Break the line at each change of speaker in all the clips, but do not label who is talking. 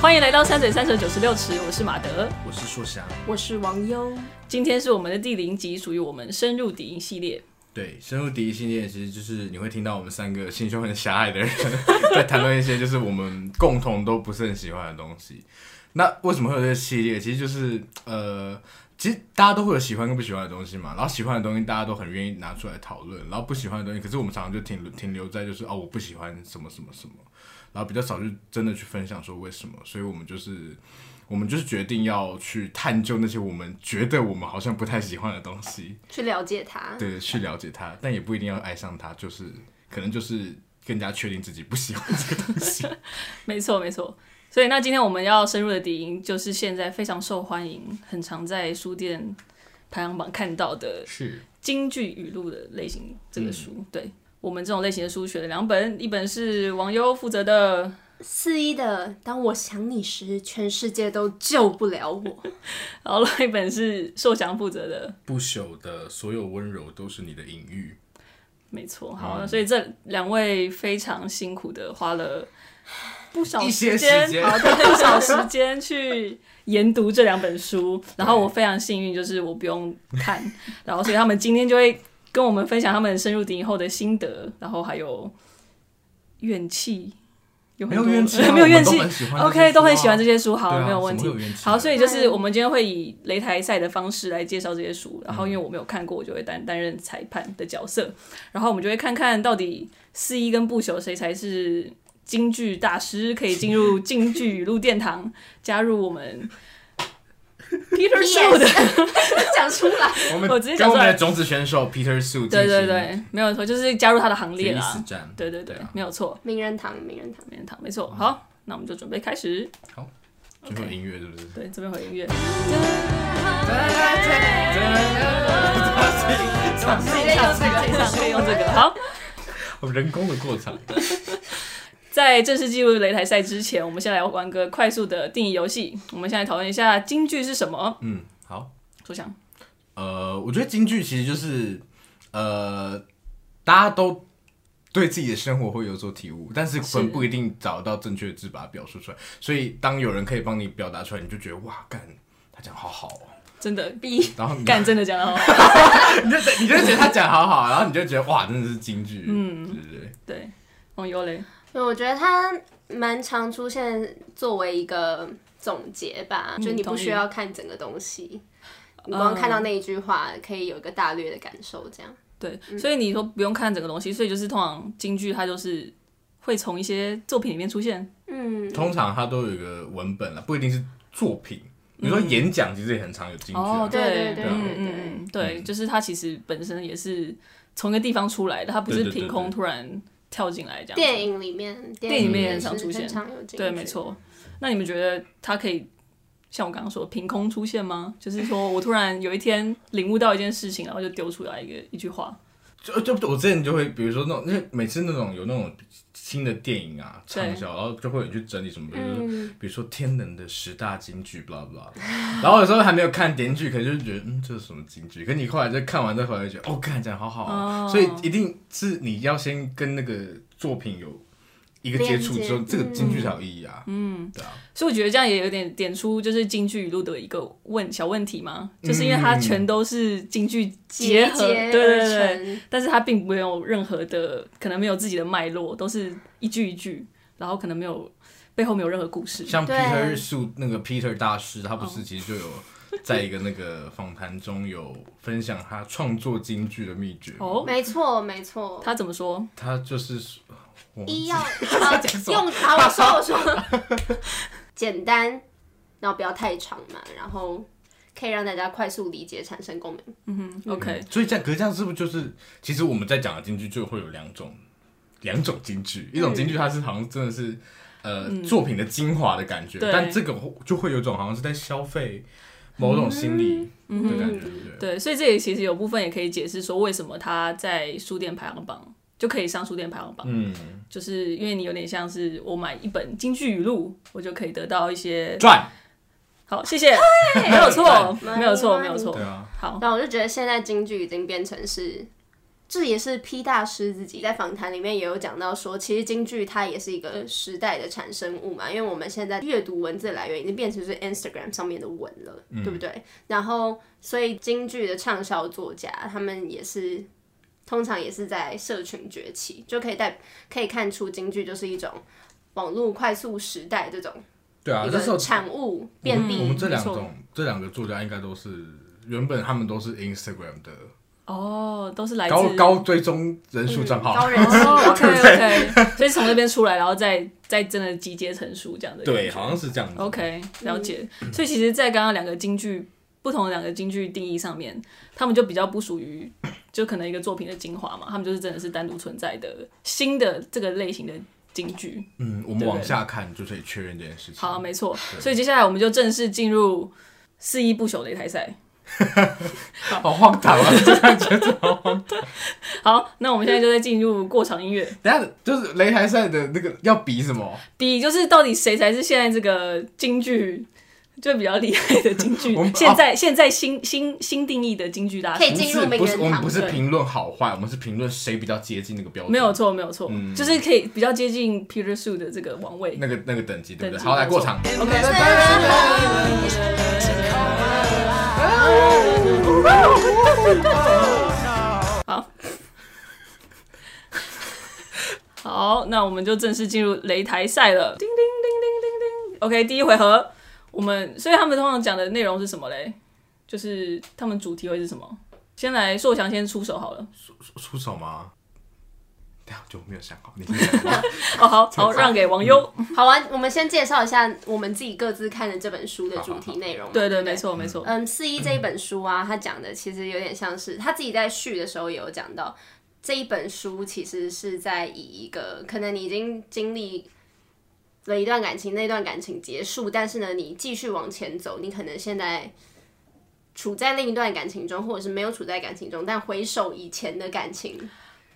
欢迎来到三嘴三舌九十六尺，我是马德，
我是硕翔，
我是王优。
今天是我们的第零集，属于我们深入敌营系列。
对，深入第一系列，其实就是你会听到我们三个心胸很狭隘的人 在谈论一些就是我们共同都不是很喜欢的东西。那为什么会有这个系列？其实就是呃，其实大家都会有喜欢跟不喜欢的东西嘛。然后喜欢的东西大家都很愿意拿出来讨论，然后不喜欢的东西，可是我们常常就停留停留在就是哦，我不喜欢什么什么什么，然后比较少去真的去分享说为什么。所以我们就是我们就是决定要去探究那些我们觉得我们好像不太喜欢的东西。
去了 解他。
对，去了解他，但也不一定要爱上他，就是可能就是更加确定自己不喜欢 这个东西。
没错，没错。所以那今天我们要深入的敌营，就是现在非常受欢迎，很常在书店排行榜看到的
是，
京剧语录的类型这个书。对我们这种类型的书选了两本，一本是王优负责的，
四一的，当我想你时，全世界都救不了 我。
然后另一本是寿翔负责的。
不朽的所有温柔都是你的隐喻。
没
嗯
错，好，那所以这两位非常辛苦的花了不少时
一些
间，
时间
好对，不少时间去研读这两本 书。然后我非常幸运，就是我不用看，然后所以他们今天就会跟我们分享他们深入敌营后的心得，然后还有怨气，有很
没
多
有怨气 啊，
没有怨
我
气
们都很喜欢这些书啊。
，OK，都很喜欢这些书，好，
对啊
没有问题
怎么会有怨。气
好，所以就是我们今天会以擂台赛的方式来介绍这些书，然后因为我没有看过，我就会担担任裁判的角色，然后我们就会看看到底四一跟不朽谁才是京剧大师，可以进入京剧语录殿堂，加入我们 Peter s u 的
讲出来，
我
我
们
直接
跟
讲
我
出来
们的种子选手 Peter Su
对对对，没有错，就是加入他的行列
决一
啦
死。战。
对对对
对啊，
没有错，
名人堂，名人堂。
面堂没错。好，那我们就准备开始。
最后音乐是不 是？
对，这边会有音乐。
谁要这
这上可以用这个。好，
我们人工的过场。
在正式进入擂台赛之前，我们先来玩个快速的定义游戏。我们先来讨论一下京剧是什么。
嗯，好。
说想，
呃，我觉得京剧其实就是呃，大家都对自己的生活会有所体悟，但是可
是
能不一定找到正确的字把它表述出来。所以当有人可以帮你表达出来，你就觉得哇，干他讲好好哦、
真的
比
然后你
干真的讲哦得好。
你就你就觉得他讲好好，然后你就觉得哇，真的是京剧，嗯，对对 对，
对，哦有嘞，
嗯我觉得他蛮常出现作为一个总结吧，
嗯
就你不
同意
需要看整个东西，你光看到那一句话，可以有一个大略的感受，这样。
对，
嗯
所以你说不用看整个东西，所以就是通常京剧它就是会从一些作品里面出现。
嗯，
通常他都有一个文本了，不一定是作品。比如说演讲，其实也很常有京剧、啊
嗯哦，对
对对对
嗯
对
嗯嗯，对，就是它其实本身也是从一个地方出来的，它不是
对对对
凭空突然跳进来这样子。
电影里面，
电影里面也
也
很
是
常出现
很常有进去
对，没。错。那你们觉得它可以像我刚刚说的凭空出现吗？就是说我突然有一天领悟到一件事情，然后就丢出来一个一句话。
就就我之前就会，比如说那种，因为每次那种有那种新的电影啊畅销，然后就会有人去整理什么，比如
嗯
说、
嗯
比如说《天能》的十大金句，blah blah。然后有时候还没有看点剧，可能就觉得嗯这是什么金句，可你后来再看完再回来就觉得哦，看讲好好、啊，
哦
所以一定是你要先跟那个作品有一个接触之后，
连接
这个金句才有意义啊。嗯，对啊，
所以我觉得这样也有点点出就是京剧语录的一个问小问题嘛，就是因为它全都是京剧结
结
合，
嗯
对
结而
对对，
成
但是它并没有任何的，可能没有自己的脉络，都是一句一句，然后可能没有背后没有任何故事。
像
对
Peter 树那个 Peter 大师，他不是其实就有。在一个那个访谈中有分享他创作京剧的秘诀吗
哦，
没错，没错。
他怎么说？
他就是说我
医药
什么
用好，我说我说， 简单，然后不要太长嘛，然后可以让大家快速理解，产生共鸣。
嗯，OK，
所以这样，可是这样是不是就是，其实我们在讲的京剧就会有两种，两种京剧，一种京
嗯
剧它是好像真的是。呃，作品的精华的感觉，
对
但这个就会有一种好像是在消费某种心理
嗯
的感觉，对不对？
对，所以这里其实有部分也可以解释说，为什么他在书店排行榜就可以上书店排行榜，
嗯，
就是因为你有点像是我买一本京剧语录，我就可以得到一些。
赚，
好，谢谢，没有错，
对
没有错，
Money，
没有错
对。啊，
好，
然后我就觉得现在京剧已经变成是这也是 P 大师自己在访谈里面也有讲到说，其实京剧它也是一个时代的产生物嘛，因为我们现在阅读文字来源已经变成是 Instagram 上面的文了，
嗯
对不对？然后，所以京剧的畅销作家他们也是。通常也是在社群崛起，就可以带可以看出京剧就是一种网络快速时代这种
对啊，
一
那时候
个产物
我
遍
们我
地
们这两
错
种这两个作家应该都是原本他们都是 Instagram 的
哦，都是来自
高高追踪人数账号，
高人气
哦
啊，
，OK OK，所以是从那边出来，然后再再真的集结成书这样的感觉。
对，好像是这样子。
OK，了解。
嗯
所以其实，在刚刚两个京剧不同的两个京剧定义上面，他们就比较不属于就可能一个作品的精华嘛，他们就是真的是单独存在的新的这个类型的京剧。
嗯，我们往下看就可以确认这件事情。
好， 没错。所以接下来我们就正式进入四一不朽擂台赛。
好荒唐啊！
好，那我们现在就在进入过场音乐。
等一下就是擂台赛的那个要比什么？
比就是到底谁才是现在这个京剧就比较厉害的京剧
我们，啊
现在、现在新新新定义的京剧大
可以
师，
不
进入
是
名
不是，
人
我们
堂
不是
对
评论好坏，我们是评论谁比较接近那个标准。
没有错没有错，就是可以比较接近 Peter Su 的这个王位。
嗯那个那个等级，对
等
不对？
级
好，来
没
过
错
场。
好，好，那我们就正式进入擂台赛了。叮叮叮叮叮叮。OK，第一回合，我们所以他们通常讲的内容是什么嘞？就是他们主题会是什么？先来硕翔先出手好了。
出手吗？等一下就没有想好，你先讲吧
哦，好好，让给王优。
好啊，我们先介绍一下我们自己各自看的这本书的主题内容嘛。
对
对
对，
不对
没。错没错。
嗯，四一这一本书啊，他讲的其实有点像是他自己在序的时候也有讲到，这一本书其实是在以一个可能你已经经历了一段感情，那段感情结束，但是呢，你继续往前走，你可能现在处在另一段感情中，或者是没有处在感情中，但回首以前的感情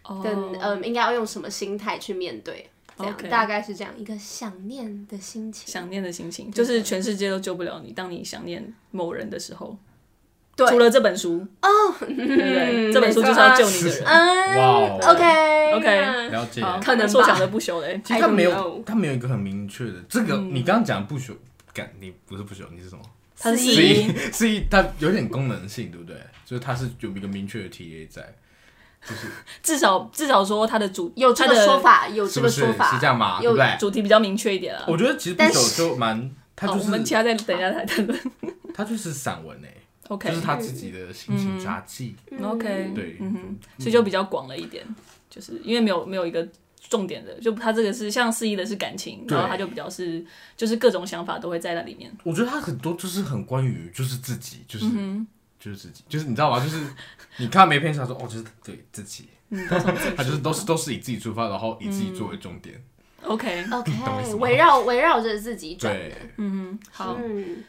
哦
跟、嗯，应该要用什么心态去面对，这样
OK
大概是这样一个想念的心情。
想念的心情，就是全世界都救不了你。当你想念某人的时候，
对
除了这本书哦，对不对？这本书就是要
啊
救你的人。
嗯
哇哦
，OK
OK
了解
好，
可能吧
受想的不朽嘞。
其实他没
I don't
有
know，
他没有一个很明确的这个。你刚刚讲不朽，感你不是不朽，你是什么？
他是
四
是
一
一 是一，它有点功能性，对不对？就是它是有一个明确的 TA 在，
至少至少说他的主
有这
他
个
的
哦说法，有
是
这
不
个
是
说法，
是这样嘛？对
有
不对？
主题比较明确一点了。
我觉得其实不
但是
朽就蛮，它
嗯好，
哦就
我们其
是
他再等一下再谈论。
它就是散文诶，
OK
就是他自己的心情杂记，
OK，
对，
嗯哼，所以就比较广了一点，就是因为没有没有一个重点的，就他这个是像四一的是感情，
对
然后他就比较是就是各种想法都会在那里面。
我觉得他很多就是很关于就是自己，
嗯
就是、就是自己，就是你知道吗？就是你看每篇小说，哦，就是对自己，
嗯，都从嗯这里
他就是都是都是以自己出发，然后以自己作为重点。
OK，
懂我意思
OK，
吗
围绕围绕着自己转。
对，
嗯，好，
嗯，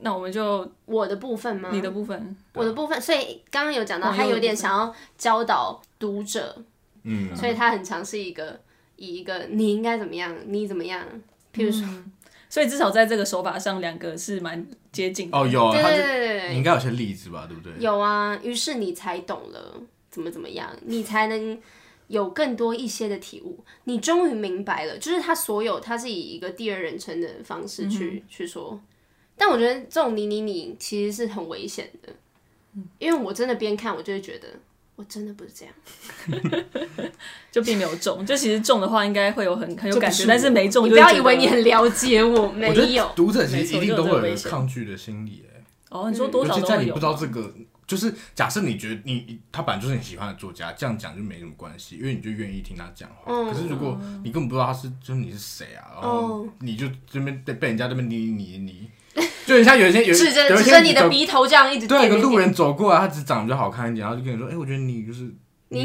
那我们就
我的部分吗？
你的部分，
我的部分，所以刚刚有讲到，
网
他
友的
有点想要教导读者，
嗯，
所以他很尝试一个以一个你应该怎么样，你怎么样，譬如说，
所以至少在这个手法上，两个是蛮接近的。
哦，有啊，
对
他
对
就
对对
你应该有些例子吧，对不对？
对，有啊，于是你才懂了怎么怎么样，你才能。有更多一些的体悟，你终于明白了，就是他所有，他是以一个第二人称的方式
嗯
去、去说，但我觉得这种你你你其实是很危险的，因为我真的边看我就会觉得我真的不是这样。
就并没有中，就其实中的话应该会有很很有感
这不是
觉，
我
但是没中
你
就会
不要
觉
以
得
为你很了解我，没
我觉
有
得。读者其
没
实
错
一定都
就
会
有这
有
个危
一个
险
抗拒的心理，哎，
哦，你说多
尤
少
其
都
在
会
你
有
不
嘛，
知道这个，就是假设你觉得你他本来就是你喜欢的作家，这样讲就没什么关系，因为你就愿意听他讲话。
嗯
可是如果你根本不知道他是就是你是谁啊，然后
嗯
哦
你就这边被被人家这边你你你，就很像有一些有
指着
有一
指
些
着你的
个
鼻头这样一直
对，
点
有个
点
路
点，
人走过来，他只长得比较好看一点，然后就跟你说：“哎、我觉得你就是
你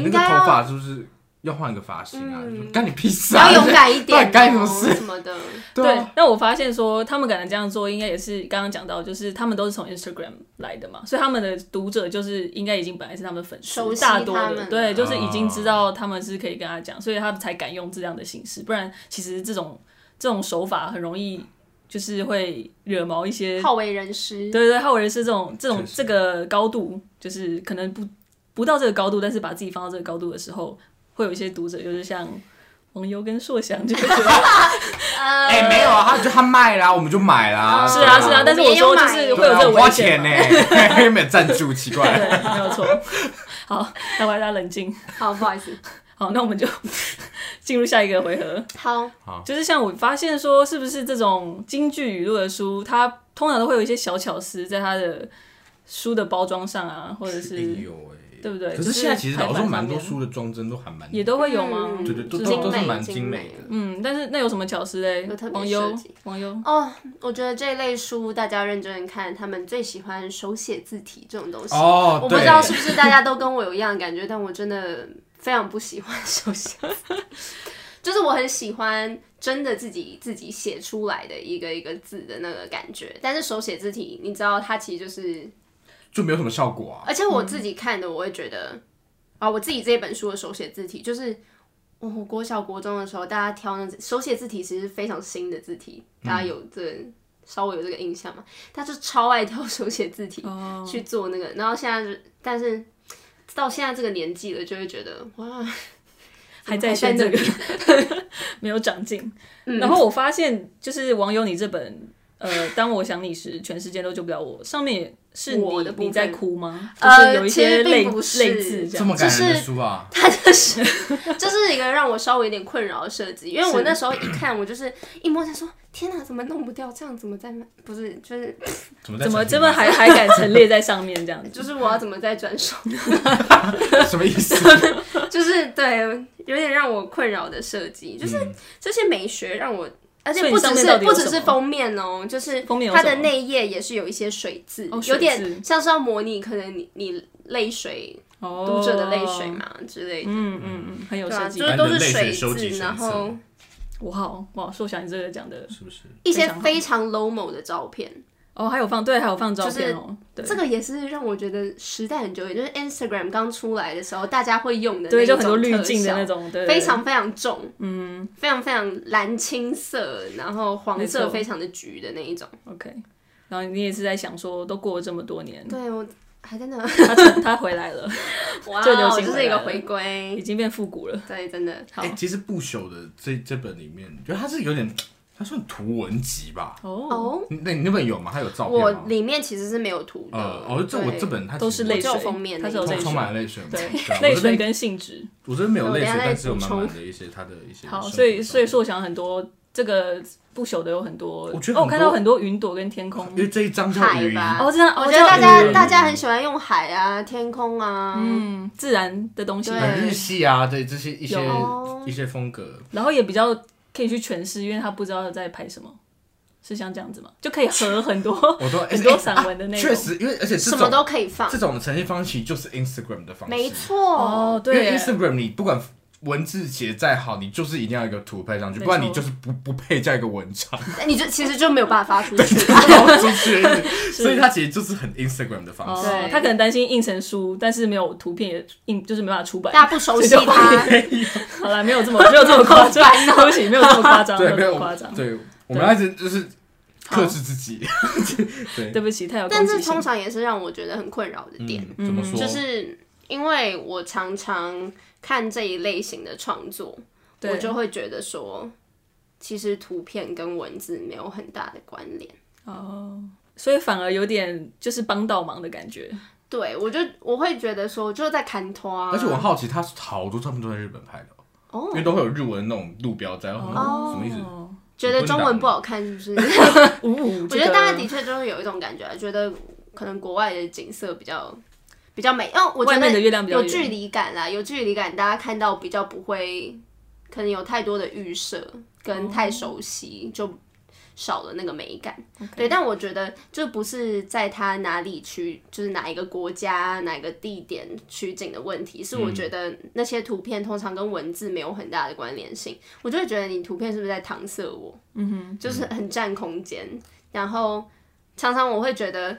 你那
应
个
该要
头发是不是要换个发型啊？”
嗯
就说干你屁事
你
啊！
要勇敢一
到底
点，
干什么
哦
事
什么的。
对
对
哦
啊，，
那我发现说他们敢这样做，应该也是刚刚讲到，就是他们都是从 Instagram 来的嘛，所以他们的读者就是应该已经本来是他们的粉丝
熟，悉
大多
他
的
们
对，就是已经知
哦
道他们是可以跟他讲，所以他们才敢用这样的形式，不然其实这种这种手法很容易就是会惹毛一些，
好为人师，
对对对，好为人师这种这种
确实
这个高度，就是可能不不到这个高度，但是把自己放到这个高度的时候，会有一些读者就是像王优跟硕翔，就会觉得
呃
哎、没有啊，他就他卖啦，我们就买啦。
是
对
啊是啊，但是我说就是会
对
有
啊
这个
花
危险
钱
嘛
呢、 欸，没有赞助，奇怪。
对，没有错。 好，那我要大家冷静。
好，不好意思，
好，那我们就 进入下一个回合。
好，
就是像我发现说，是不是这种京剧语录的书，它通常都会有一些小巧思在它的书的包装上啊，或者
哎
是
呦喂
对不对
可是现在其实
就是排
老
版
实说，蛮
上
多
面
书的装帧都还蛮
也都会有吗？
嗯
对对都
是
都都是
精
蛮
美
精美
精
的。
嗯，但是那有什么巧思嘞
有特？别
网
设
友
计，
网友，
哦，我觉得这类书大家认真看，他们最喜欢手写字体这种东西。
哦，
我不
对
知道是不是大家都跟我有一样的感觉，但我真的非常不喜欢手写字体， 就是我很喜欢真的自己自己写出来的一个一个字的那个感觉，但是手写字体，你知道它其实就是
就没有什么效果啊。
而且我自己看的，我会觉得，啊，我自己这本书的手写字体，就是我我国小国中的时候，大家挑那手写字体，其实非常新的字体，
嗯
大家有这个稍微有这个印象嘛？他就超爱挑手写字体
哦
去做那个，然后现在就，但是到现在这个年纪了，就会觉得哇，
还在选这个， 没有长进。
嗯
然后我发现，就是网友你这本，呃，当我想你时，全世界都救不了我，上面也是
我
你
的部分
你在哭吗？就是
呃
有一
其
些
实并
泪
不
泪
是
字这
这
样。
么感人
就
的
是
书啊，
它就是，这是一个让我稍微有点困扰的设计，因为我
是
那时候一看，我就是一摸，他说天哪，怎么弄不掉？这样怎么在卖？不是，就是
怎么在
怎么
传递
这么还还敢陈列在上面这样子？
就是我要怎么再转手？
什么意 思？
就是对，有点让我困扰的设计，就是这些美学让我，而且
嗯所以
不
你
只
上面
是
到底
不
有
只
什
是
么
封面哦，就是
封面有
它
什
的
么
内页也是有一些水渍，
哦
有
水
点
渍
像是要模拟可能你你泪水、
哦
读者的泪水。嘛之类的，
嗯嗯嗯，很有
对
设
啊，
计
就
感。
是都
把你
是
的泪水收集
渍，
成
然
册
后
哇哇，硕翔你这个讲的
是不是？
一
非
些
常好
非常 low 某的照片，
哦，还有放对，还有放照片哦。对
这个也是让我觉得时代很久远，就是 Instagram 刚出来的时候，大家会用的
对，
那
就
一
很多
种
滤
特
镜的
效
那种，对，
非常非常重，嗯，非常非常蓝青色，然后黄
没
色
错
非常的橘的那一种。
OK。然后你也是在想说，都过了这么多 年，
对我 还真的，
他成他回来了，
哇
这流
哦，
行
这
回
是一
来
个
了
回
已
归，
经变复古了。
对，真的
好
哎、其实不朽的这这本里面，就它是有点，它算图文集吧？
哦，
哦。
那你那本有吗？它有照片
我
吗？
里面其实是没有图的，
呃，哦，这我
对
这本它
都
其实
是泪
就
水
有，封面
它是
那
有
一
泪
充
种
充
水，
满泪水嘛，
对
啊，
泪
我这
水
边
跟性质。
我这边没有
我等
泪
一下
水，
再
但是有满
补充
满的一些它的一些。
好，所以所以，硕翔很多这个不朽的有很多，
我觉得
哦，
很
我看到
多
很多云朵跟天空。
因为这一章叫
海
雨音，
吧
哦，真的，哦
我觉得大
这
家
样
大家很喜欢用海啊、天空啊，
嗯自然的东西嘛，
很
对
日系啊，对这些一些
有
一些风格。
然后也比较可以去诠释，因为他不知道在拍什么，是像这样子吗？就可以合很 多
我都哎
很多
哎
散文的内容
确实，因为而且这
什么
种
都可以放
这，种的呈现方式就是 Instagram 的方式，
没错
哦，，
因为
对耶，
Instagram 你不管文字写得再好，你就是一定要有一个图配上去，
没错
不然你就是不不配加一个文章，
但哎你就其实就没有 办法发出去，
然后出去。所以它其实就是很 Instagram 的方式。
哦
对，
他可能担心印成书，但是没有图片也印，就是没办法出版。
大家不熟悉
所以就
它，
好了，没有这么没有这么夸 张，对不起，没有这么夸张，没
对，
有
没
这
有
么夸张，
对，我们要一直就是克制自己。
对不起，太有攻
但是
击性
通。常也是让我觉得很困扰的点。
嗯，怎么说？
就是因为我常常看这一类型的创作，
对
我就会觉得说，其实图片跟文字没有很大的关联。
所以反而有点就是帮倒忙的感觉。
对我就我会觉得说，就是在看拖啊，
而且我好奇，它好多照片都在日本拍的哦，
哦
因为都会有日文那种路标在，然后
哦
什么意思？
哦，
觉得中文不好看，是不 是？
我
我觉得大家的确就会有一种感觉，啊觉得可能国外的景色比较。比较美，因为我觉
外面的
得
月亮比较
有
圆
距离感啦，有距离感，大家看到比较不会，可能有太多的预设跟太熟
哦
悉，就少了那个美感。对，但我觉得就不是在它哪里去，就是哪一个国家、哪一个地点取景的问题，是我觉得那些图片通常跟文字没有很大的关联性，我就会觉得你图片是不是在搪塞我？嗯哼，就是很占空间，然后常常我会觉得，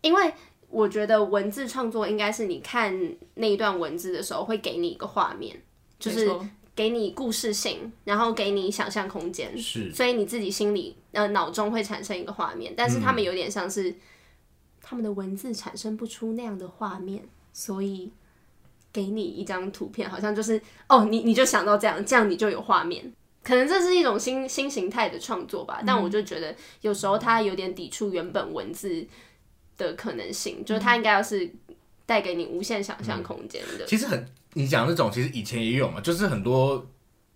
因为。我觉得文字创作应该是你看那一段文字的时候，会给你一个画面，就是
没错
给你故事性，然后给你想象空间。
是
所以你自己心里呃脑中会产生一个画面，但是他们有点像是、他们的文字产生不出那样的画面，所以给你一张图片，好像就是哦，你你就想到这样，这样你就有画面。可能这是一种新新形态的创作吧，但我就觉得有时候它有点抵触原本文字的可能性，就是它应该要是带给你无限想象空间的。
其实很，你讲这种其实以前也有嘛，就是很多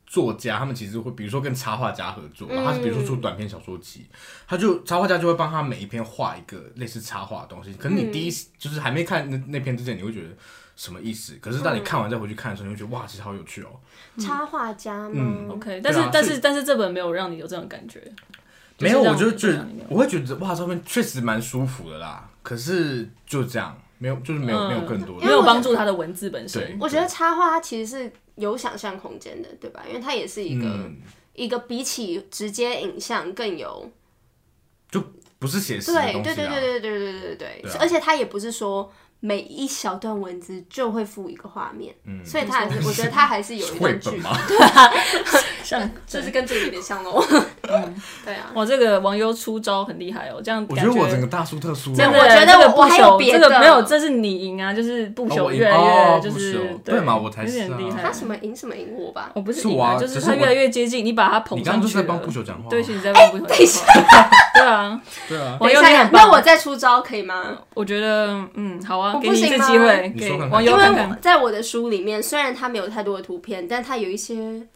作家他们其实会，比如说跟插画家合作嘛，
嗯
他是比如说出短篇小说集，他就插画家就会帮他每一篇画一个类似插画的东西。可是你第一、就是还没看那那篇之前，你会觉得什么意思？可是当你看完再回去看的时候，你会觉得哇，其实好有趣哦。
插画家吗？
嗯
OK，但是、
对啊
但
所
是但是这本没有让你有这种感觉，
没有，
就是
我
让
就
你
觉得
让你有
我会觉得哇，照片确实蛮舒服的啦。可是就这样，没有就是没有、没有更多的，
嗯没
因为
有
我觉得
帮助他的文字本身
对。
我觉得插画它其实是有想象空间的，对吧？因为它也是一个、
嗯，
一个比起直接影像更有
不是写实的
对
东西
对
啦。
对对对对对对对
对啊
而且它也不是说每一小段文字就会附一个画面，嗯，所以它还是我觉得它还是有
是
一
绘
段距
本
离，
吗？
像
就是跟这个有点像喽。 对啊。
哇，这个网友出招很厉害哦，这样
我
感
觉得我整个大叔特殊哦，
真的，
我觉得
这个
我
不
还有
朽
别
这个
的
没有，这是你赢啊，就是不
哦
朽
我赢
越来
哦
越
不
就是、
朽对嘛我才
有点
是啊
厉害。
他什么赢什么赢我吧？
我不是
是
赢
我啊
啊，就
只
是
是
他
我
越来越接近，你把他捧
你刚
上
刚就
去
是在
了。
帮不朽讲话，
对，其实你在帮不朽讲话。对啊，
对啊，
网
哎等一
友
下
你很
那我
棒。
再出招可以吗？
我觉得，嗯，好啊，
我
给
不
你一
行
次
吗
机会，
你
给
说看看
网
因
友
为
看看
我。在我的书里面，虽然它没有太多的图片，但它有一些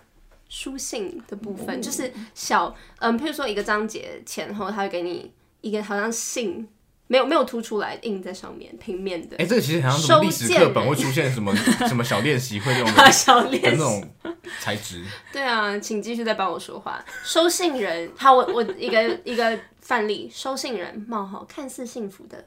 书信的部分，就是小嗯，譬如说一个章节前后，它会给你一个好像信，没有没有凸出来印在上面，平面的
哎、这个其实好像什么历史课本会出现什 么什么小练习会这种的
小
的
练
那
习。
种材质，
对啊，请继续再帮我说话。收信人，好，我我一个一个范例，收信人冒号看似幸福的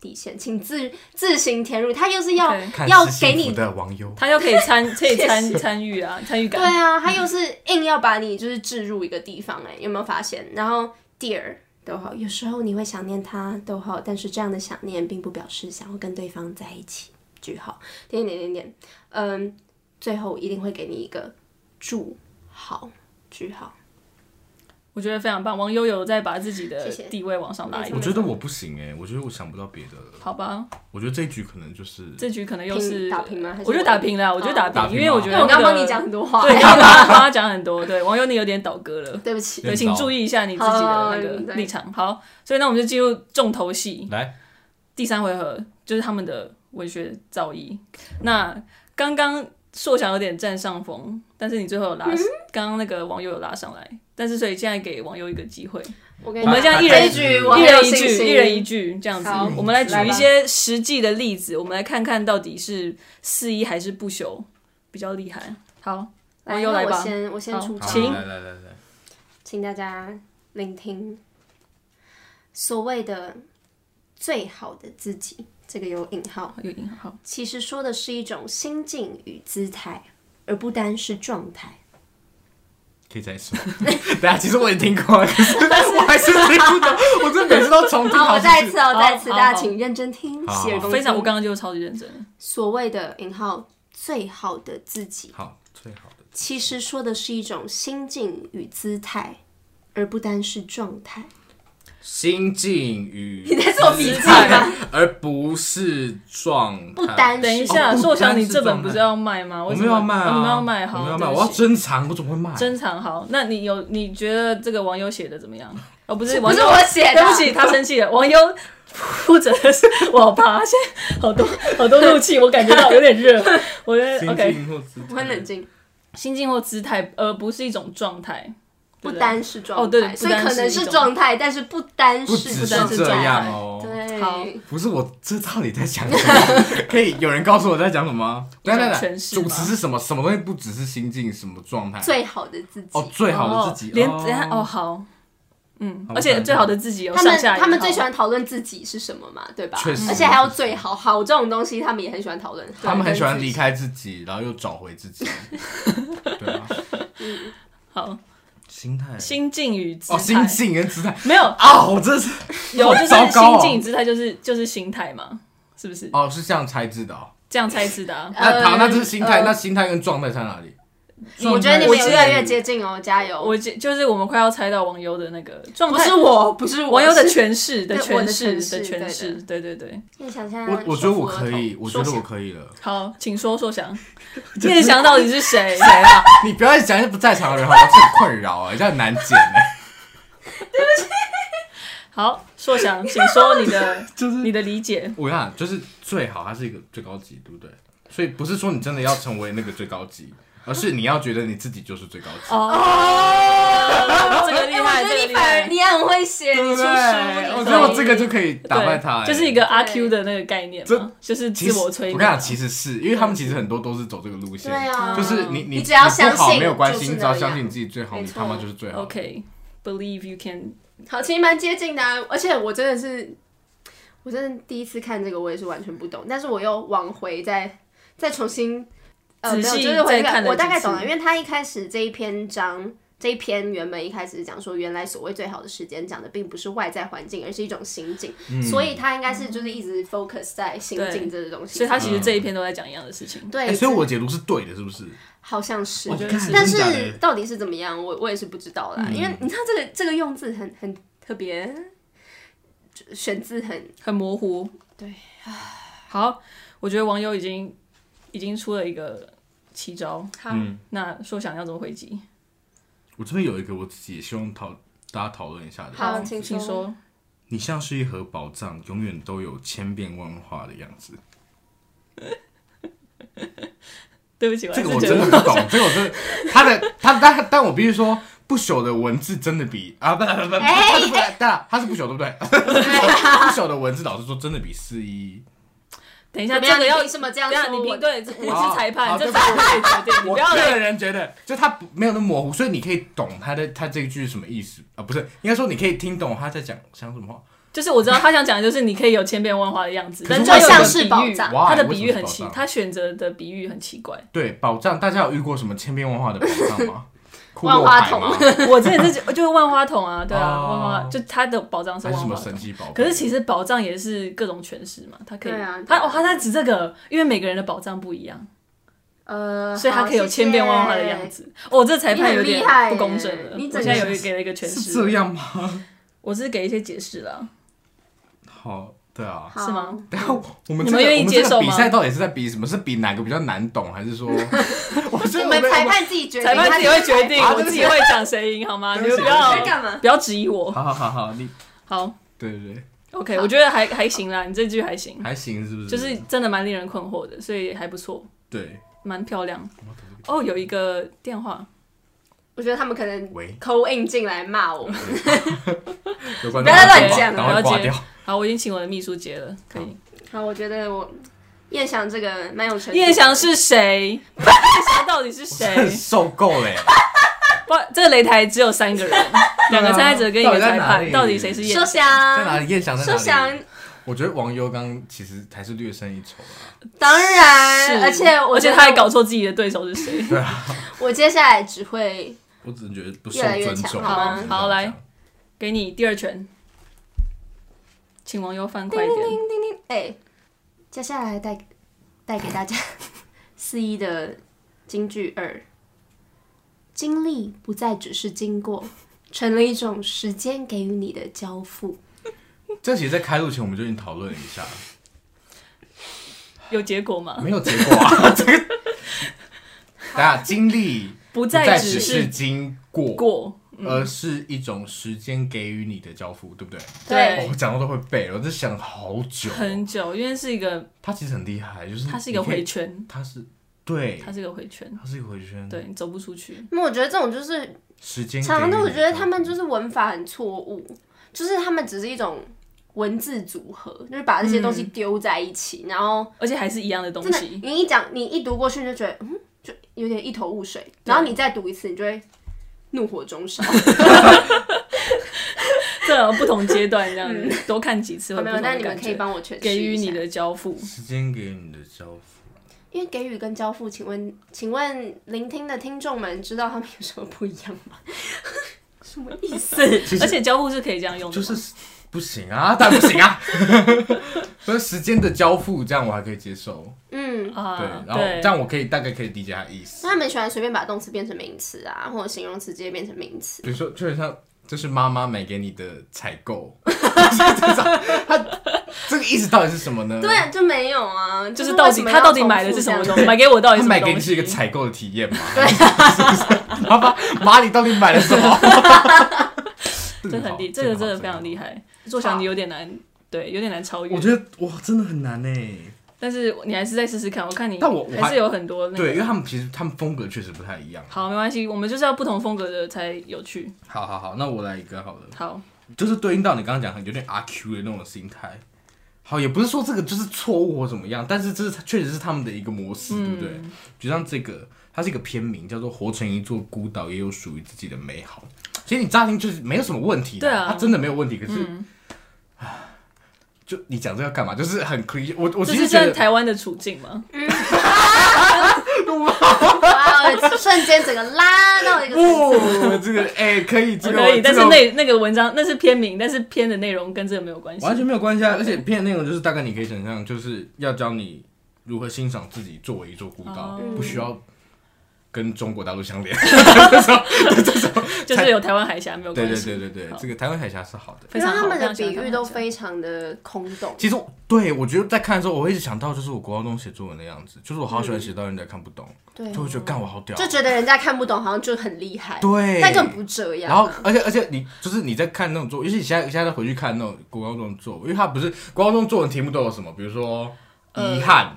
底线，请自自行填入，他又是要
OK
看
要
似
给
幸福
你
的网友，
他又可以参，可以参
谢谢
参与啊，参与
对
感。
啊，他又是硬要把你就是置入一个地方、哎，有没有发现？然后 dear 逗号，有时候你会想念他逗号，但是这样的想念并不表示想要跟对方在一起句号点点点点，嗯，最后一定会给你一个祝好句号。
我觉得非常棒。网友有在把自己的
谢谢
地位往上拉一
我
点。
觉得我不行哎、我觉得我想不到别的了，
好吧，
我觉得这一局可能就是
这局可能又
平
是
打平吗还是
我觉得打平了，我觉得打
打
平，
平
因为我
吗
觉
因
得
为我刚
那个
刚帮你讲很多话，
对，你刚 刚帮他讲很多，对，网友你有点倒戈了。
对不起，
对，请注意一下你自己的那个立场。好，所以那我们就进入重头戏，
来，
第三回合就是他们的文学造诣。那刚刚硕翔有点占上风，但是你最后有拉，
嗯
刚刚那个网友有拉上来，但是所以现在给网友一个机会，
我跟
我们这样一人
一句，我
一
很有
人一
信心
句，一人一句这样子
好。
我们来
来
举
吧
一些实际的例子，我们来看看到底是四一还是不朽比较厉害。好，网
来，
友
那
来
我
吧。
先我先
好
出
好
招，
请
来来来来，
请大家聆听所谓的最好的自己，这个有引号，
有银行好，
其实说的是一种心境与姿态，而不单是状态。
可以再 说。等一下，其实我也听过，可是我还是听不懂，我真的每次都重听
好，我
几
再一次哦，
好
再一次，
好
大家
好
请认真听，
好
洗耳恭听。
非常，我刚刚就超级认真了。
哦
所谓的引号最好的自己，
好，最好的
其实说的是一种心境与姿态，而不单是状态。
心境与
你在做笔记吗？
而不是状态，
不单
等一
哦
下，
不
硕翔，
单
你
是
这
状
本不
态
是要卖吗？
我
为什
们
么
要卖啊，
我们要卖，
我
好，
们要
对
卖，
不
我要
起
珍藏，我怎么会卖？
珍藏好。那你有你觉得这个网友写的怎么样？哦，不是，网
是
友
我写的
对不起，他生气了。网友负责的是我好怕，现在好多好多怒气，我感觉到有点 热。我觉得 OK，
或姿态
我很冷，静，
心境或姿态，而不是一种状态，
不
对对
单是状态，
哦对
所以
不单是
可能
一
是
种
状态，但是不单
不
是
只
不单
是
是
这
状
样
态
哦。
对，
好
不是我，这到底在讲什么？ 可以有人告诉我在讲什么？
一种
来来来，
诠释吧
主词是什么？什么东西不只是心境，什么状态？
最好的自己。
哦，最好的自
哦
己。
连
哦
等一下哦好，嗯，
好
而
我
且
看一
最
下
好的自己有
他
上
们
下
他们
引号
最喜欢讨论自己是什么嘛，对吧？
确实
而且还要
确实
最好好这种东西，他们也很喜欢讨论。
他们很喜欢
对
离。开自己，然后又找回自己。 对啊，
好
心态。
心境与姿
哦，心
态
境跟姿态
没有
啊，我真是
有
好
就是
糟糕
心
哦
境与姿态就是就是心态嘛，是不是？
哦，是这样猜字的哦。
这样猜是的啊。
那
呃
好，那这是心态，
呃
那心态跟状态在哪里？
我觉得你们有
我
越来越接近哦，加油！
我就就是我们快要猜到网友的那个状
不
态
是，我，不是我，
网友的
是
诠释的
对我
诠
的
释
诠释
的诠
对
释，对对对。
你想啊象
我我觉得我
手扶额
可以，
头
我觉得
说
我
想
可以了。
好，请说硕 翔，念翔到底是谁？谁啊？
你不要一直讲一些不在场的人，好吧？这很困扰啊，这 样很难剪哎。
好，硕翔，请说你 的
就是
你的理解。
我跟你讲，就是最好它是一个最高级，对不对？所以不是说你真的要成为那个最高级，而是你要觉得你自己就是最高级。
哦，这个厉
哎我
害，
觉
这
得
个
你
厉
反而
害。
你也很会写，
对
你
不
出
对
书，你，
我
很
觉得我
会
这个就可以打败他、哎
对，就是一个阿
对
Q 的那个概念嘛
这，
就是
其
自
实
我催
我
眠。
跟你讲，其实是因为他们其实很多都是走这个路线，
啊对啊，
就是你你
只要
你
相
不好
信
没有关系，
就是
你只要
那样
相信你自己最好，
没
你
错
他妈就是最好。
OK，believe you can。
好，其实蛮接近的啊、而且我真的是，我真的第一次看这个，我也是完全不懂，但是我又往回再再重新呃，
仔
没有
细
就是
再
回
看
看，
了
我大
几
概
次
懂了，因为他一开始这一篇章。这一篇原本一开始讲说，原来所谓最好的时间讲的并不是外在环境，而是一种心境，
嗯
所以他应该是就是一直 focus 在心境这个东西
所以他
上。
其
嗯
实这一篇都在讲一样的事情。
对，
哎所以我哦解读是对的，是不是？
好像是，
我觉得是
但
真的假
是
的嗯
到底是怎么样，我我也是不知道啦。因为你知道这个这个用字很很特别，就选字很
很模糊。
对，
好，我觉得网友已经已经出了一个奇招。
好
嗯
那说想要怎么回击？
我这边有一个，我自己也希望讨大家讨论一下的。
好
请
啊请
哦请
说
说。
你像是一盒宝藏，永远都有千变万化的样子。
对不起，
这个我
还是
真
觉
的
得
不 懂，这个我真的，他的他但但我必须说，不朽的文字真的比啊不不不不，
哎
他是不但他是不朽对不对？ 不朽的文字老师说真的比四一，
等一下，
怎么
这
样？
个
你
要
凭什么这样
等一下
说
你
我
评？对，这我
好
是裁判，
好
这
对
裁
不起
判可以决定，你
我
不要
个
来。
人觉得就他不没有那么模糊，所以你可以懂他的他这一句是什么意思啊？不是，应该说你可以听懂他在讲讲什么话。
就是我知道他想讲的就是你可以有千变万化的样子，
可
但
是
他有一个
像
是
比喻
宝藏
他的比喻
Why？
很
为什
奇
么是宝，藏
他选择的比喻很奇怪。
对，宝藏，大家有遇过什么千变万化的宝藏吗？骷
万
髅
花
牌
筒
吗？
我之前是就是万花筒啊，对啊，
哦
万花就他的宝藏是
还是
万
什
花
么
筒
神。奇宝贝？
可是其实宝藏也是各种诠释嘛，它可以，
对啊
它哦，它在指这个，因为每个人的宝藏不一样，
呃，
所以它可以有千变万化的样子。哦，这裁判有点不公正了，
你很
我
厉害耶你整
现
个
在有一给了一个诠
是
释，
这，样吗？
我只是给一些解释啦。
好，对啊。
好
是吗？
等一下我们
你们
这个
愿意
我们
接
这个
受
比
吗
赛到底是在比什么？是比哪个比较难懂，还 是说 我是
我们裁判自己决定，
裁判自己会决定，
啊
好
我
对不
自
起
己会讲谁赢，好吗？你
对
们
不起
不要
对不起
干嘛
不要质疑我。
好好好好，你
好
对对对，
，OK，
好
我觉得还还行啦，你这句还行，
还行是不是？
就是真的蛮令人困惑的，所以还不错，
对，
蛮漂亮。哦，有一个电话，
我觉得他们可能
喂，
扣印进来骂我们。
有关
不要再乱讲
然后
了
挂
解
掉。
好，我已经请我的秘书接了，可以。
好，我觉得我燕翔这个蛮有成就。
叶翔是 谁？叶翔到底是谁
真的？ 受够了耶，
不，这个擂台只有三个人， 两个参赛者跟一个裁
到底在哪
判，
里
到底谁是叶
说
翔？
在哪
翔，
里？燕翔在
说
哪
翔
里？，我觉得王优刚其实还是略胜一筹啊。
当然，
是
哎而且我
而且
觉得
他还搞错自己的对手是谁。
我，我接下来只会
我只是觉得不受
越来越
尊
强
重。
好
只能这样
好
讲
来给你第二拳，请网友翻快一点。
哎、接下来带带给大家 四一的京剧二，经历不再只是经过，成了一种时间给予你的交付。
这其实，在开录前我们就已经讨论了一下，
有结果吗？
没有结果啊。这个， 大家经历
不
不
再
只
是
经过
过，
而是一种时间给予你的交付，对不对？
对
哦我讲到都会背了，我在想好久。
很久，因为是一个，
他其实很厉害，就是
它是一个
你可以
回，圈，
他是对，
它是一个回圈，
他是一个回圈。，
对你走不出去。
那我觉得这种就是，
时间给予你的
常常都我觉得他们
交
就是文法很错误，就是他们只是一种文字组合，就是把这些东西丢在一起，然后
而且还是一样的东
真的
西，
你一讲你一读过去你就觉得嗯，就有点一头雾水，然后你再读一次，你就会怒火中烧。
这种不同阶段这样子，多看几次会
好
呃不同的
嗯没有，但你们
感
可以
觉。
帮我诠释
给予
一
你
下，
的交付，
付时间给予你的交付，
因为给予跟交付，请问，请问聆听的听众们知道他们 有什么不一样吗？什么意思？
而且交付是可以这样用的
就
吗，
是不行啊，但不 行啊，所以时间的交付这样我还可以接受，
嗯，
啊，
对，然后这样我可以大概可以理解他的意思。
那他们喜欢随便把动词变成名词啊，或者形容词直接变成名词。
比如说，就很像这是妈妈买给你的采 购，他这个意思到底是什么呢？
对，啊，就没有啊，
就是是到
为什
底
么
他
要
到底
重
买的
复
是
这
什么
样
东西？买给我到底
他
是什
买
么
给
东
你是一个
西？
采购的体验嘛？
对
妈妈，妈，你到底买了什 么？
这很厉，这个真的非常
害。
厉害。做小你有点难，对，有点难超越
我。觉得哇，真的很难欸呢。
但是你还是再试试看，我看你
但我我还
还是有很多那
对，因
个。
为他们其实他们风格确实不太一样。
好，没关系，我们就是要不同风格的才有趣。
好好好，那我来一个好了，
好，
就是对应到你刚刚讲很有点阿 Q 的那种心态。好，也不是说这个就是错误或怎么样，但是这是确实是他们的一个模式，对不对？
嗯
就像这个，它是一个片名，叫做《活成一座孤岛，也有属于自己的美好》。其实你乍听就是没有什么问题的，
对啊嗯
它真的没有问题。可是，唉就你讲这个干嘛？就是很 c l i 我我
这
其
是
实觉
在
得
台湾的处境吗？
哇，瞬间整个拉 到一个
不，这个哎、可以，这个
可以，
我
但
这
是
个
那那个文章那是篇名，但是篇的内容跟这个没有关系。
完全没有关系啊。而且片的内容就是大概你可以想象，就是要教你如何欣赏自己作为一座孤岛，
哦
不需要跟中国大陆相连。
就是有台湾海峡没有
对
关
对
系。
对对对，
好
这个台湾海峡是好的。
非
因为
常
他
好
们的
非常
比
强
喻都
非常强
非常的空洞。
其实我对我觉得在看的时候，我会一直想到就是我国高中写作文的样子，就是我好喜欢写到人家看不懂，
嗯
对啊
就会觉得干我好屌，
就觉得人家看不懂，好像就很厉害，
对
但根本不这样
然
啊、
后，而且而且你就是你在看那种作，尤其你现在现在再回去看那种国高中作文，因为它不是国高中作文题目都有什么，比如说遗憾，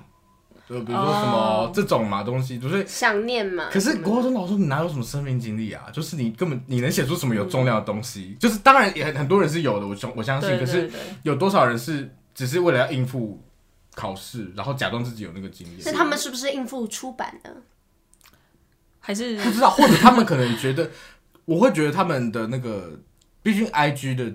就比如说什么
呃哦
这种嘛东西，就是。
想念嘛。
可是国高中老师你哪有什么生命经历啊？就是你根本你能写出什么有重量的东西？就是当然也很很多人是有的，我相我相信。
对
可
对
是
对对，
有多少人是只是为了要应付考试，然后假装自己有那个经验？
那他们是不是应付出版呢？
还是
不知道，或者他们可能觉得，我会觉得他们的那个，毕竟 I G 的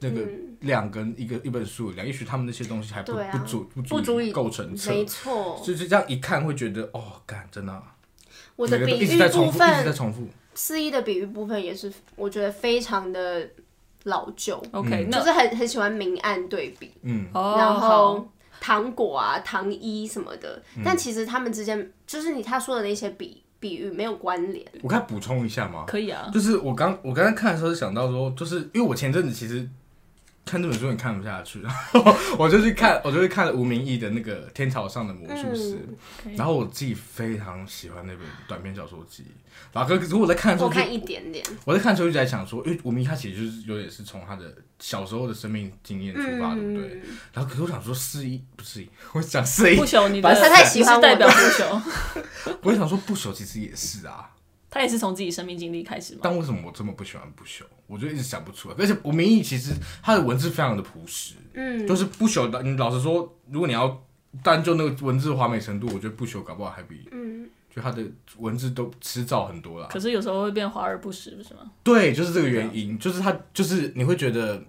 那个量跟一个一本书的量，也许他们那些东西还不、
嗯对啊
不足
不足以
构成册，
没错，
就是这样一看会觉得哦，干真的啊、
我的
每个都
比
一直
喻
在重
部
复，一直在
分，
重复，
四一的比喻部分也是，我觉得非常的老旧，
OK，
就
那
是很很喜欢明暗对比。
嗯，
哦
然
好
后糖果啊、糖衣什么的，
嗯
但其实他们之间就是你他说的那些比比喻没有关联。
我可以补充一下吗？
可以啊，
就是我刚我刚才看的时候想到说，就是因为我前阵子其实看这本书也看不下去， 然后我就去看我就去看了吴明义的那个《天朝上的魔术师》
OK
然后我自己非常喜欢那本短篇小说集，然后可是我在看的时
我
候就
看一点点，
我在看的时候一直在想说，因为吴明义他其实就是有点是从他的小时候的生命经验出发，对不
嗯
对？然后可是我想说四一不是一，我想四一
不，朽你的
白色
他太喜欢
你
我
是代
了
表不朽，
我就想说不朽其实也是啊，
他也是从自己生命经历开始嘛。
但为什么我这么不喜欢不朽？我就一直想不出来。而且吴明义其实他的文字非常的朴实，嗯，就是不朽的。你老实说，如果你要单就那个文字华美程度，我觉得不朽搞不好还比，嗯，就他的文字都迟早很多啦。
可是有时候会变华而不实，不是吗？
对，就是这个原因，就是他就是你会觉得。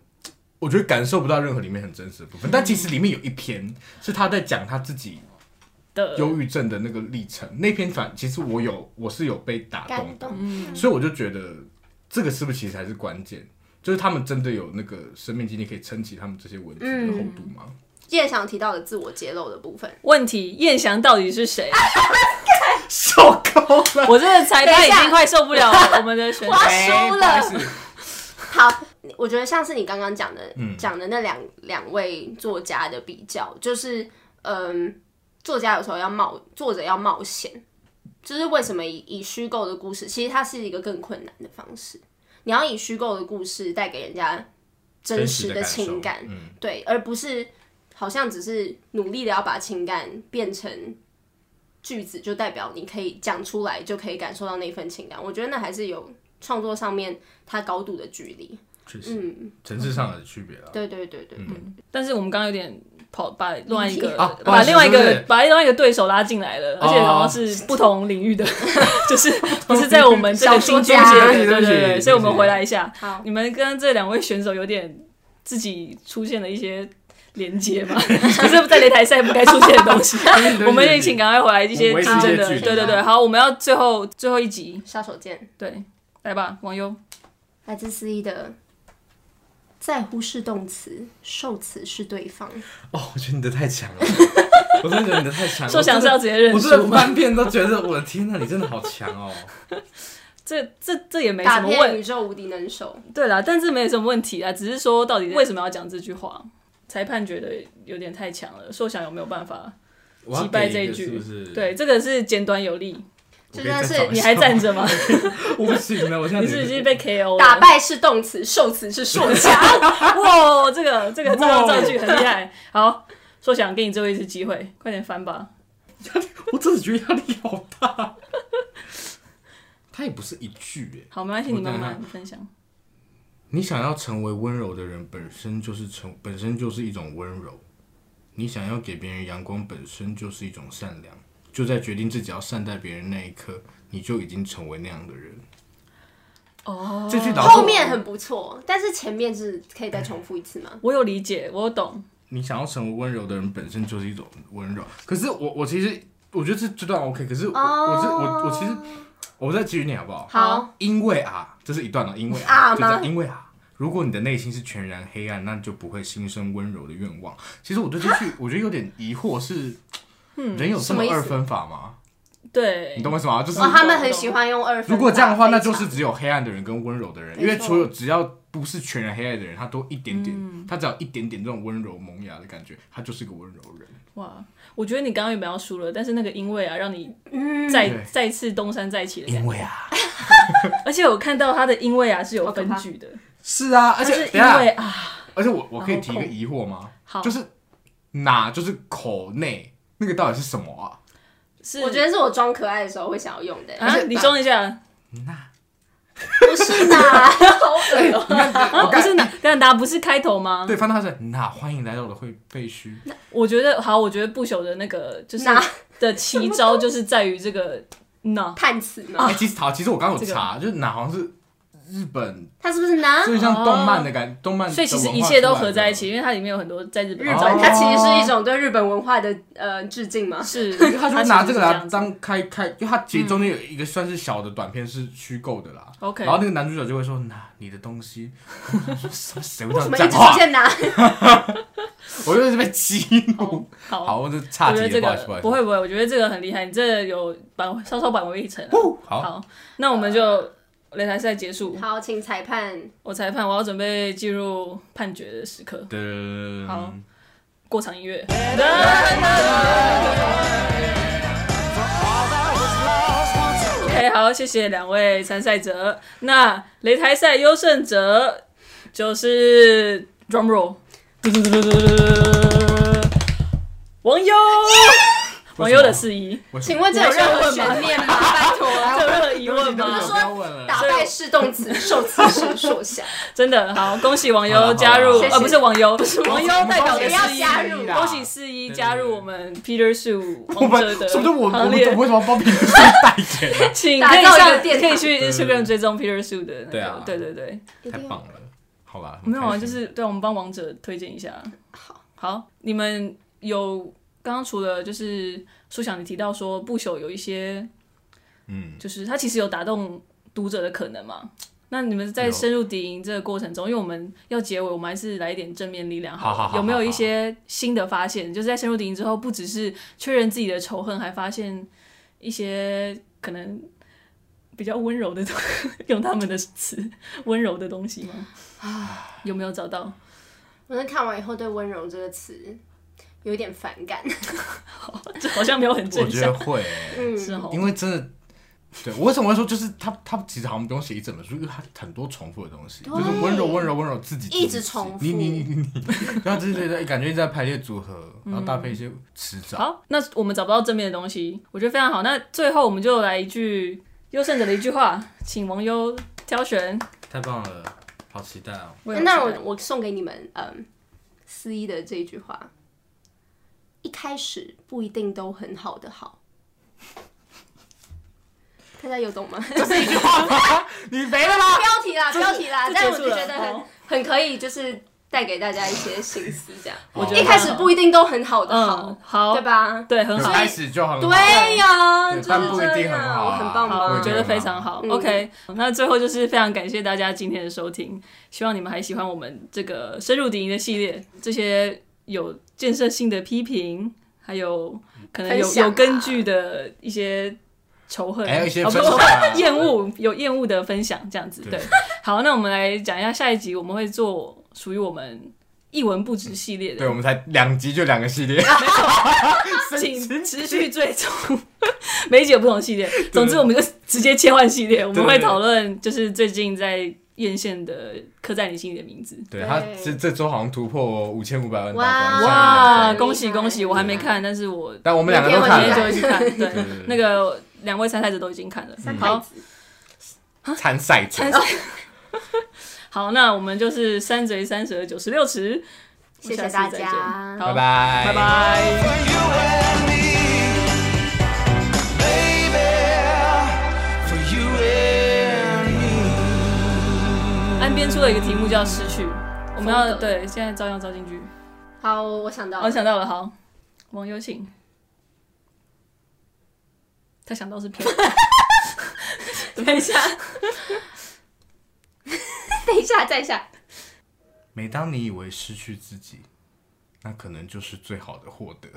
我觉得感受不到任何里面很真实的部分，但其实里面有一篇是他在讲他自己
的
忧郁症的那个历程，那篇反其实我有我是有被打动
感
的，
动。
所以我就觉得这个是不是其实才是关键，就是他们真的有那个生命经历可以撑起他们这些文字
嗯
的厚度吗？
叶想提到的自我揭露的部分，
问题，燕翔到底是谁？
受够了！
我真的猜他
等一
已
下
经快受不了我们的选手
我。要输了
哎不好意思
好，我觉得像是你刚刚讲的，
嗯
讲、的那两两位作家的比较，就是嗯，作家有时候要冒，作者要冒险，就是为什么以以虚构的故事，其实它是一个更困难的方式。你要以虚构的故事带给人家真实的情感，
真实的感受嗯
对，而不是好像只是努力的要把情感变成句子，就代表你可以讲出来，就可以感受到那份情感。我觉得那还是有创作上面它高度的距离。嗯
确实，层次上的区别了。
对对对对对，
但是我们刚刚有点跑，把另外一个
啊不好
把
意思
另外一
是不
个
是
把另外一个对手拉进来了，而且好像是不同领域的， 就是不是在我们这个
小说
京剧界
家
的，
对
对
不
对
起对不
对。
起
所以我们回来一下，
好，
你们跟这两位选手有点自己出现了一些连接嘛，就是在擂台赛不该出现的东西。嗯我们也请赶快回来一些
我也是
竞争
一
的，
些剧
对对对。好，我们要最后最后一集，
杀手锏
对，来吧，网友。
来自思一的《在乎是动词，受词是对方。
哦，我觉得你的太强 了，我真的觉得你的太强了。
受想是要直接认
我真的
输
我真的
吗？
翻遍都觉得，我的天哪，你真的好强 哦！
这这这也没什
打
么问
遍宇宙无敌能手。
对啦，但是没什么问题啦，只是说到底为什么要讲这句话？裁判觉得有点太强了，受想有没有办法
我要
击败
给
这
一
一
个
句？
是不是？
对，这个是简短有力。
我
就
可以
像
再
是
找一
你
下
还站着吗？
我不行了，我现在
你是不是已经被 KO 了？
打败是动词，受词是受加。
哇，这个这个这
哇
个造句很厉害。好，说想给你最后一次机会，快点翻吧。
我真的觉得压力好大。它也不是一句耶。
好，没关系，
我
你慢
等一下
慢分享。
你想要成为温柔的人，本身就是成，本身就是一种温柔。你想要给别人阳光，本身就是一种善良。就在决定自己要善待别人那一刻，你就已经成为那样的人。
哦，
这句导致
后面很不错，但是前面是可以再重复一次吗？
我有理解，我有懂。
你想要成为温柔的人，本身就是一种温柔。可是我，我其实我觉得这这段 OK，可是我、我是我我其实我再给予你好不好？
好，
因为啊，这是一段哦，因为
啊
就这样
吗
因为啊，如果你的内心是全然黑暗，那就不会心生温柔的愿望。其实我对这句，我觉得有点疑惑是，人有这
嗯什么意思
二分法吗？
对
你，懂我意思吗？就是
哦，他们很喜欢用二分法。
如果这样的话，那就
非
是
常
只有黑暗的人跟温柔的人，
没错
因为所有只要不是全然黑暗的人，他都一点点，
嗯
他只要一点点这种温柔萌芽的感觉，他就是个温柔人。
哇，我觉得你刚刚原本要输了，但是那个因为啊，让你
嗯，
再、
对
再次东山再起的感
因为啊，
觉。而且我看到他的因为啊是有
好可
分
怕
句的，
是啊，
他
而且
是
等
因
一下
为啊，
而且我我可以
然
哦
后
提一个
空
疑惑吗？
好，
就是哪就是口内那个到底是什么啊？
是
我觉得是我装可爱的时候会想要用的、
啊，你装一下
那
不是呢， 好恶哦、
啊，不是哪但答不是开头吗？
嗯对，翻到他是那欢迎来到我的会废墟，
我觉得好，我觉得不朽的那个就是
哪
的奇招就是在于这个那
叹词吗？
啊
哎，其实好，其实我刚刚有查，就是哪好像是日本，
他是不是呢？
就是像动漫的感，动漫，
啊哦所以其实一切都合在一起，。因为它里面有很多在日本
日
的
哦
本，
招
它其实是一种对日本文化的呃致敬嘛。
是，
他就
它其实
拿这
是
个来
样子嗯
当开开，就他其实中间有一个算是小的短片是虚构的啦。
OK
然后那个男主角就会说：“那你的东西，什么谁会
为
这
什
样
么一
讲
直出
话
现呢？？”
我就是被激怒。
好。
好，我就
哦我
差
觉
题
得这
了，不好
个
意思，不好意思。
不会不会，我觉得这个很厉害，你这有扳稍稍扳回一城啊、
哦，好，
好，那我们就擂台赛结束，
好，请裁判
我裁判，我要准备进入判决的时刻，
的
好过场音乐。OK，好，谢谢两位参赛者。那擂台赛优胜者就是 drum roll，王优，王优的四一，
为什
请
么
问这有任何悬念吗？拜托，
这有任何疑问
不
吗
要？
说
问了
打败是动词，受词是受想。
真的好，恭喜网
好了好
友
了
加入，
谢
谢
呃，不是网友，网友代表
不
的
要
四
加
一，
入
啦
恭喜四一
对对
加入
对
我们 Peter Su
我
王
们
者的
什么叫我们我
行
们
列
为。什么帮别人代言 啊？
请
打
可以
造一个
上
殿
可以
堂
去
对对
Instagram
对
追踪 Peter Su 的那个，
对啊
对对对，
太棒了，好吧？很
没有啊，
开
就
心
是对，我们帮王者推荐一下。好，好，你们有刚刚除了就是舒想你提到说不朽有一些，
嗯，
就是他其实有打动读者的可能嘛？那你们在
有
深入敌营这个过程中，因为我们要结尾，我们还是来一点正面力量了
好好好
有没有
好
一
好
些新的发现？就是在深入敌营之后，不只是确认自己的仇恨，还发现一些可能比较温柔的东，用他们的词温柔的东西吗？有没有找到？
我是看完以后对“温柔”这个词有点反感。
这好像没有很
我
正
觉
向
得，会欸，
嗯，
是哦。
因为真的。对我为什么会说，就是他他其实好像不用写一整本书，因为他很多重复的东西，
对
就是温柔温柔温柔自己
一直重复
你你你你，然后就是在感觉一直在排列组合，然后搭配一些词藻。
好，那我们找不到正面的东西，我觉得非常好。那最后我们就来一句优胜者的一句话， 请王优挑选。
太棒了，好期待哦！
我也
那
好
我
期待
我送给你们，嗯，思一的这一句话：一开始不一定都很好的好。大家有懂吗？
这是一 句话吗？你没了吗？
标题啦，标题啦，
这
啊但
结
我
束
就
了哦
觉得很
好
很可以，就是带给大家一些心思，这样。
我觉得
一开始不一定都很好的好
嗯，，好
对，吧？
对，很
有
好，
开始就很好。
对呀，
对
就是
但不一
这
定很好
样，哦
啊
很棒
好，
我
我
吧
也？
觉得非常好。
嗯
OK，那最后就是非常感谢大家今天的收听，希望你们还喜欢我们这个深入敌营的系列，这些有建设性的批评，还有可能有、
分享啊
有根据的一些仇恨，
还有一些
哦不
分享啊
是 厌恶，有厌恶的分享这样子。对
对，
好，那我们来讲一下下一集，我们会做属于我们一文不值系列的
对，我们才两集就两个系列，
请持续追踪每一集有不同系列。总之，我们就直接切换系列，我们会讨论就是最近在院线的《刻在你心里的名字》。
对他这这周好像突破五千五百万大
哇
关，
哇，
上映了
恭喜恭喜！我还没看，但是我
但我们两个
我
都
今
看
天就
了
会去 看。对
对对，
那个两位参赛者都已经看了。
太
好
子
参赛者
参，赛。好，那我们就是三嘴三舌九十六尺，我
谢谢
下次
大
再
家
见好
拜拜
拜拜。
for you and me, baby, for you and me.
岸边出了一个题目叫失去，我们要
风格
对现在照样照进去。
好，我想到
我
了，
哦想到了，好，网友请。他想到是骗，
等一下，等一下，再一下，
每当你以为失去自己，那可能就是最好的获得。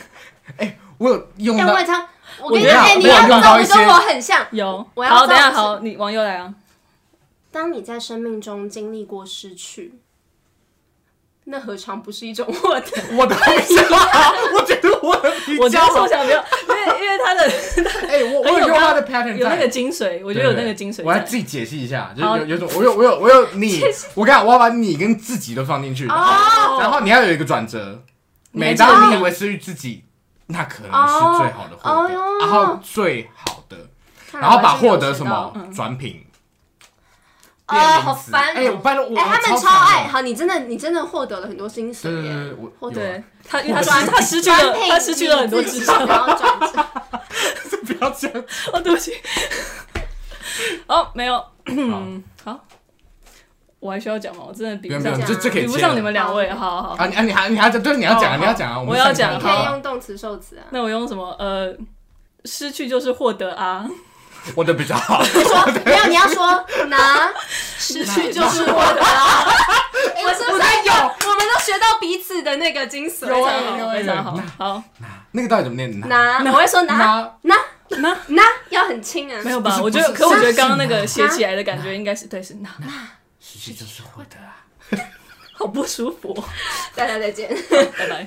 哎、我有用
但
到
外，仓，我跟你
哎我觉得
讲，哎你
我有
要
用
造
到一
的
些
跟我很像。
有
我要
好，等一下
造
好，你网友来啊，
当你在生命中经历过失去，那何尝不是一种获得？
我的比较好，我觉得我的比
我觉
较
得
好
受。想不要，因为因为他的
哎、 我
很有
我有用他的
刚
pattern
有那个
在。
精髓，我
我
觉得有那个精髓
我来自
在。
己解析一下，就
好
是有有种我有我有我有你， 我看我要把你跟自己都放进去，
哦
哦
然后你要有一个转折。
你还
每
记得
当
那
你
个
以为失去自己，那可能是最好的获得，
哦
然后最好的，
看来
然后把
我还是有
获得
学
什
到
么？转品，
哦
变名词
好烦
哎，我拜托我，
哎、他们
我
超
惨的
爱，，好，你真的你真的获得了很多薪水
对对
耶，
对，我
获得
有
对
啊
他，因为他失他失去 了他失去了很多智商。
然 后转职。
不要这样，
哦，对不起。哦，没有，
嗯，
好，我还需要讲吗？我真的比
不用
不
不
上
用，
讲
这这可以
比不
切
上
了
你们两位，好好。
啊，你啊你还你还对，你要讲啊，你要讲啊，
我
们
要
上一集
讲
你
没
可以
讲
用动词受词 啊。
那我用什么？呃，失去就是获得啊。
我的比较好，
没有，你要 说拿 失去就是获 得啊。我是不是有？我们都学到彼此的 那个精
非
髓。
有
常
啊
好，非常好，好，
那个到底怎么念？
拿，我会说拿
拿
拿
那
拿，要很轻啊。
没有吧？
不是
我觉
不
得，
是
可我觉得
是
刚刚那
拿
个写起来的感觉应该是对，是那
失去就是获得啊。
好不舒服哦。
大家再见。
拜拜。